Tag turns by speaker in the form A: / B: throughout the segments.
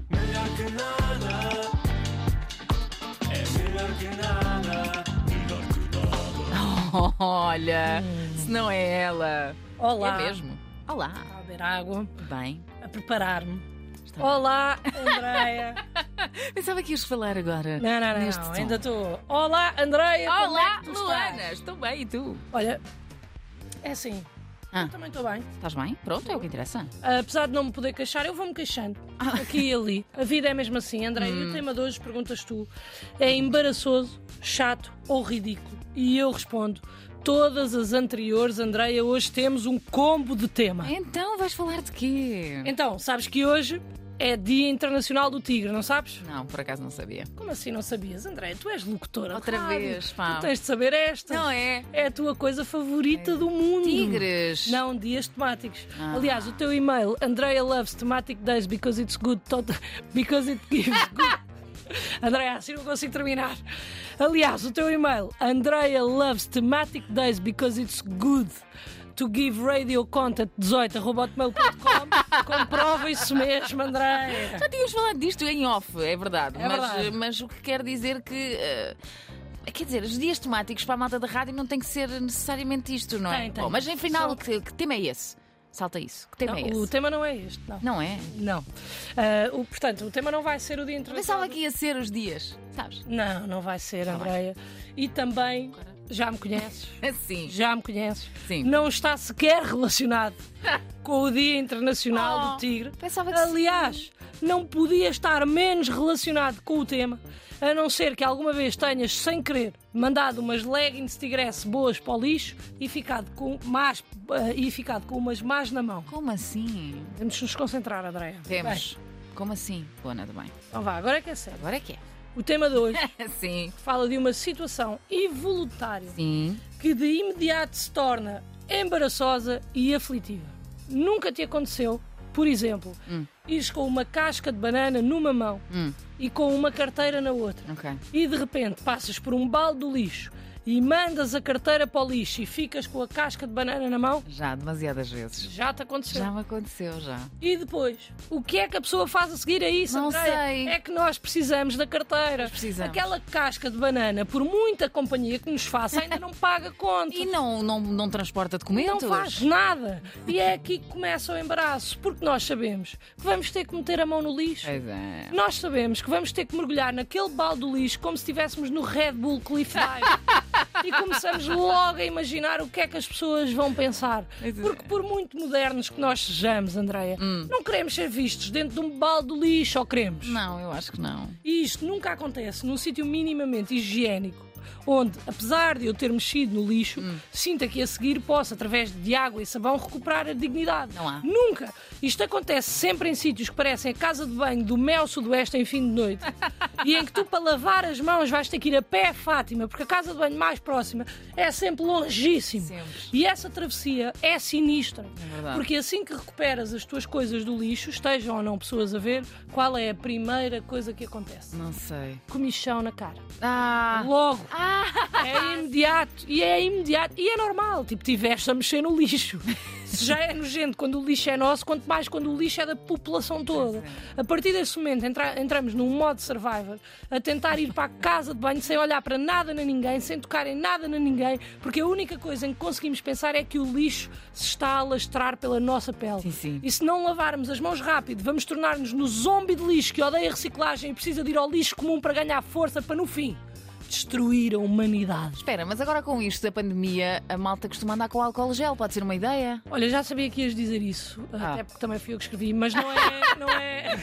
A: que nada. É melhor que nada. Melhor que nada.
B: Olha, se não é ela.
C: Hum. Olá.
B: É mesmo. Olá.
C: A beber água,
B: Tudo bem?
C: a preparar-me.
B: Está bem.
C: Olá, Andreia.
B: Pensava que ias falar agora.
C: Não, não, não.
B: Neste som.
C: ainda estou. Olá, Andreia. como é
B: Olá,
C: que tu
B: Luana.
C: estás?
B: Estou bem, e tu?
C: Olha, é assim.
B: Ah.
C: Eu também estou bem.
B: Estás bem? Pronto, é o que interessa.
C: Apesar de não me poder queixar, eu vou-me queixando.
B: Ah.
C: Aqui e ali. A vida é mesmo assim, Andreia.
B: Hum.
C: E o tema de hoje, perguntas tu, é embaraçoso, chato ou ridículo? E eu respondo. Todas as anteriores, Andreia, hoje temos um combo de tema.
B: Então vais falar de quê?
C: Então, sabes que hoje é Dia Internacional do Tigre, não sabes?
B: Não, por acaso não sabia.
C: Como assim não sabias, André? Tu és locutora. de
B: Outra
C: rádio.
B: vez, pá.
C: Tu tens de saber esta.
B: Não é?
C: É a tua coisa favorita do mundo.
B: Tigres.
C: Não, dias temáticos.
B: Ah.
C: Aliás, o teu e-mail, Andrea loves thematic days because it's good, tot- because it gives good. Andrea, assim não consigo terminar. Aliás, o teu e-mail, Andrea loves thematic days because it's good to give radio content 18 hotmail.com. Comprova isso mesmo, Andrea.
B: Já tínhamos falado disto em off, é verdade.
C: É
B: mas,
C: verdade.
B: mas o que quer dizer que. eh, Quer dizer, os dias temáticos para a malta da rádio não tem que ser necessariamente isto, não é?
C: Tem, tem.
B: Bom, mas afinal,
C: Só-
B: que, que tema é esse? Salta isso. Que tema é
C: Não,
B: esse?
C: o tema não é este, não.
B: Não é?
C: Não. Ah, o, portanto, o tema não vai ser o Dia Internacional.
B: Pensava que ia ser os dias, sabes?
C: Não, não vai ser,
B: Não vai.
C: Andreia. E também, já me conheces,
B: Assim.
C: já me conheces,
B: Sim.
C: não está sequer relacionado com o Dia Internacional
B: Oh,
C: do Tigre.
B: pensava que sim.
C: Aliás, não podia estar menos relacionado com o tema, a não ser que alguma vez tenhas, sem querer, mandado umas leggings tigresse boas para o lixo e ficado com, más, ah, e ficado com umas más na mão.
B: Como assim?
C: Temos de nos concentrar, Andreia.
B: Temos.
C: Bem,
B: Como assim? Boa, nada bem.
C: então vá, agora é que é sério.
B: Agora é que é.
C: O tema de hoje
B: Sim.
C: fala de uma situação involuntária
B: Sim.
C: que de imediato se torna embaraçosa e aflitiva. Nunca te aconteceu, por exemplo, ires com uma casca de banana numa mão
B: Hum.
C: e com uma carteira na outra
B: Ok.
C: e de repente passas por um balde do lixo e mandas a carteira para o lixo e ficas com a casca de banana na mão?
B: Já, demasiadas vezes.
C: Já te aconteceu.
B: Já me aconteceu, já.
C: E depois, o que é que a pessoa faz a seguir a isso?
B: Não
C: Andreia?
B: sei.
C: É que nós precisamos da carteira.
B: precisamos.
C: Aquela casca de banana, por muita companhia que nos faça, ainda não paga conta.
B: E não, não, não transporta
C: não
B: documentos?
C: faz nada. E é aqui que começa o embaraço, porque nós sabemos que vamos ter que meter a mão no lixo.
B: Pois é.
C: Nós sabemos que vamos ter que mergulhar naquele balde do lixo como se estivéssemos no Red Bull Cliff Dive. e começamos logo a imaginar o que é que as pessoas vão pensar.
B: Pois é.
C: Porque por muito modernos que nós sejamos, Andreia, não queremos ser vistos dentro de um balde do lixo, ou queremos.
B: Não, eu acho que não.
C: E isto nunca acontece num sítio minimamente higiênico, onde, apesar de eu ter mexido no lixo,
B: Hum.
C: sinta que a seguir posso, através de água e sabão, recuperar a dignidade.
B: Não há.
C: Nunca! Isto acontece sempre em sítios que parecem a casa de banho do Mel Sudoeste em fim de noite e em que tu, para lavar as mãos, vais ter que ir a pé a Fátima, porque a casa de banho mais próxima é sempre longíssimo.
B: Sempre.
C: E essa travessia é sinistra.
B: É verdade.
C: Porque assim que recuperas as tuas coisas do lixo, estejam ou não pessoas a ver, qual é a primeira coisa que acontece?
B: Não sei.
C: Comichão na cara.
B: Ah!
C: Logo. É imediato. E é imediato. E é normal. Tipo, tiveste a mexer no lixo. Se já é nojento quando o lixo é nosso, quanto mais quando o lixo é da população toda. A partir desse momento entra- entramos num modo survivor a tentar ir para a casa de banho sem olhar para nada nem ninguém, sem tocar em nada nem ninguém, porque a única coisa em que conseguimos pensar é que o lixo se está a alastrar pela nossa pele.
B: Sim, sim.
C: E se não lavarmos as mãos rápido, vamos tornar-nos no zombie de lixo que odeia a reciclagem e precisa de ir ao lixo comum para ganhar força para, no fim, destruir a humanidade.
B: Espera, mas agora com isto da pandemia, a malta costuma andar com álcool gel, pode ser uma ideia?
C: Olha, já sabia que ias dizer isso,
B: Ah.
C: até porque também fui eu que escrevi, mas não é. Não é,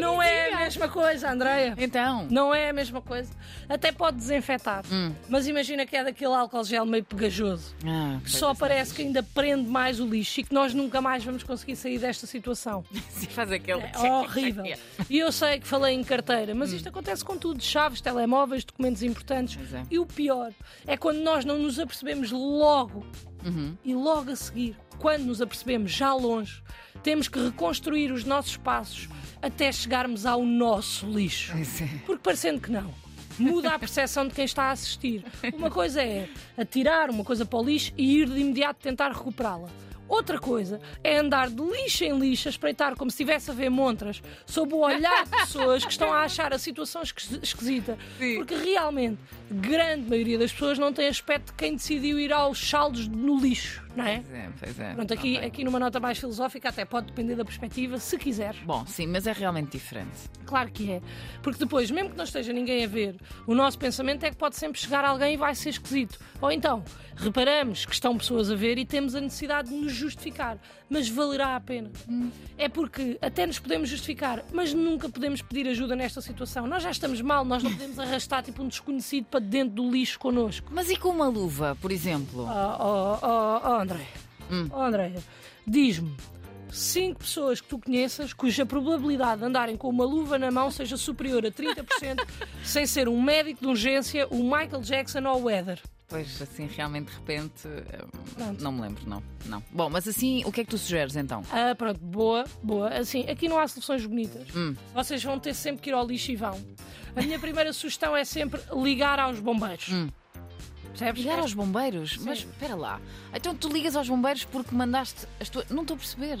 C: não é a mesma coisa, Andreia.
B: Então.
C: Não é a mesma coisa. Até pode desinfetar, mas imagina que é daquele álcool gel meio pegajoso.
B: Ah,
C: Que só parece que ainda prende mais o lixo e que nós nunca mais vamos conseguir sair desta situação.
B: se faz aquele.
C: É horrível. E eu sei que falei em carteira, mas isto acontece com tudo: chaves, telemóveis, documentos importantes.
B: Pois é.
C: E o pior é quando nós não nos apercebemos logo
B: Uhum.
C: e logo a seguir, quando nos apercebemos já longe, temos que reconstruir os nossos passos até chegarmos ao nosso lixo.
B: Pois é.
C: Porque parecendo que não. Muda a percepção de quem está a assistir. Uma coisa é atirar uma coisa para o lixo e ir de imediato tentar recuperá-la. Outra coisa é andar de lixo em lixo, a espreitar como se estivesse a ver montras, sob o olhar de pessoas que estão a achar a situação esqui- esquisita.
B: Sim.
C: Porque realmente, grande maioria das pessoas não tem aspecto de quem decidiu ir aos saldos no lixo, não é?
B: Pois é, pois é.
C: Pronto, aqui,
B: Não tem.
C: aqui numa nota mais filosófica, até pode depender da perspectiva, se quiser.
B: Bom, sim, mas é realmente diferente.
C: Claro que é. Porque depois, mesmo que não esteja ninguém a ver, o nosso pensamento é que pode sempre chegar alguém e vai ser esquisito. Ou então, reparamos que estão pessoas a ver e temos a necessidade de nos justificar. Mas valerá a pena. É porque até nos podemos justificar, mas nunca podemos pedir ajuda nesta situação. Nós já estamos mal, nós não podemos arrastar tipo um desconhecido para dentro do lixo connosco.
B: Mas e com uma luva, por exemplo?
C: Oh, oh, oh, oh, André. Oh, André, diz-me. Cinco pessoas que tu conheças cuja probabilidade de andarem com uma luva na mão seja superior a 30% sem ser um médico de urgência, o Michael Jackson ou o Weather.
B: Pois assim, realmente, de repente, eh,
C: Pronto.
B: não me lembro, não. não. Bom, mas assim, o que é que tu sugeres então?
C: Ah, pronto, boa, boa. Assim, aqui não há soluções bonitas. Vocês vão ter sempre que ir ao lixo e vão. A minha primeira sugestão é sempre ligar aos bombeiros. Percebes?
B: Ligar aos bombeiros? Mas espera lá. Então tu ligas aos bombeiros porque mandaste as tuas. Não estou a perceber.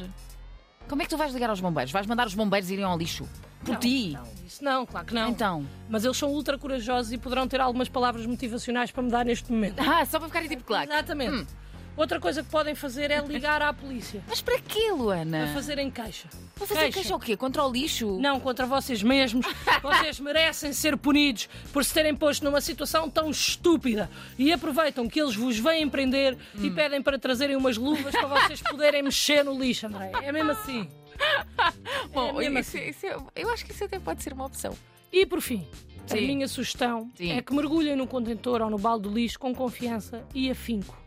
B: Como é que tu vais ligar aos bombeiros? Vais mandar os bombeiros irem ao lixo? Por
C: Não,
B: ti?
C: Não, isso não, claro que não.
B: Então.
C: Mas eles são ultra corajosos e poderão ter algumas palavras motivacionais para me dar neste momento.
B: Ah, só para ficarem tipo claro.
C: Exatamente. Outra coisa que podem fazer é ligar à polícia
B: Mas para quê, Luana?
C: para fazerem queixa.
B: Vou fazer queixa. o quê? Contra o lixo?
C: Não, contra vocês mesmos. Vocês merecem ser punidos por se terem posto numa situação tão estúpida. E aproveitam que eles vos vêm prender e
B: Hum.
C: pedem para trazerem umas luvas para vocês poderem mexer no lixo, André. É mesmo assim.
B: Bom,
C: mesmo
B: isso- isso é- eu acho que isso até pode ser uma opção.
C: E por fim, a
B: Sim.
C: minha sugestão
B: Sim.
C: é que mergulhem no contentor ou no balde do lixo com confiança e afinco.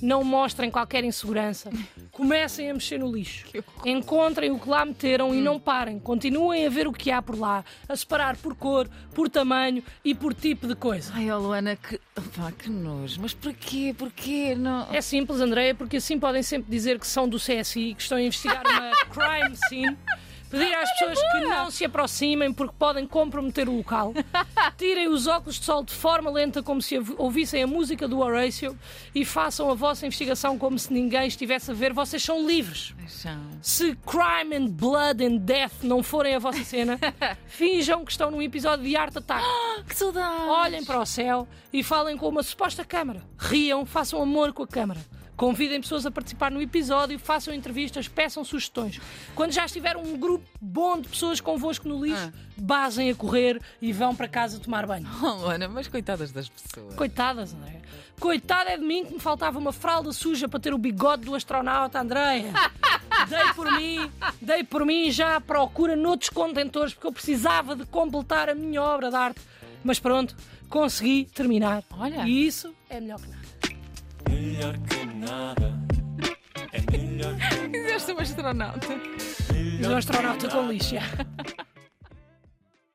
C: Não mostrem qualquer insegurança. Comecem a mexer no lixo. Encontrem o que lá meteram
B: Hum.
C: e não parem. Continuem a ver o que há por lá, a separar por cor, por tamanho e por tipo de coisa.
B: Ai, ó Luana, que. Pá, que nojo. Mas porquê? Porquê? Não...
C: É simples, Andréia, porque assim podem sempre dizer que são do CSI, que estão a investigar uma crime scene. Pedir às pessoas que não se aproximem porque podem comprometer o local. Tirem os óculos de sol de forma lenta, como se ouvi- ouvissem a música do Horatio, e façam a vossa investigação como se ninguém estivesse a ver. Vocês são livres.
B: Paixão.
C: Se crime and blood and death não forem a vossa cena, finjam que estão num episódio de Art Attack.
B: Ah, que saudade!
C: Olhem para o céu e falem com uma suposta câmara. Riam, façam amor com a câmara. Convidem pessoas a participar no episódio, façam entrevistas, peçam sugestões. Quando já estiver um grupo bom de pessoas convosco no lixo, basem a correr e vão para casa tomar banho.
B: Oh, Luana, mas coitadas das pessoas.
C: Coitadas, André. Coitada é de mim que me faltava uma fralda suja para ter o bigode do astronauta, Andréia. Dei por mim, dei por mim já à procura noutros contentores, porque eu precisava de completar a minha obra de arte. Mas pronto, consegui terminar.
B: Olha.
C: E isso é melhor que nada.
A: Melhor que nada. É melhor que
B: Fizeste uma astronauta.
C: Um é astronauta com lixa.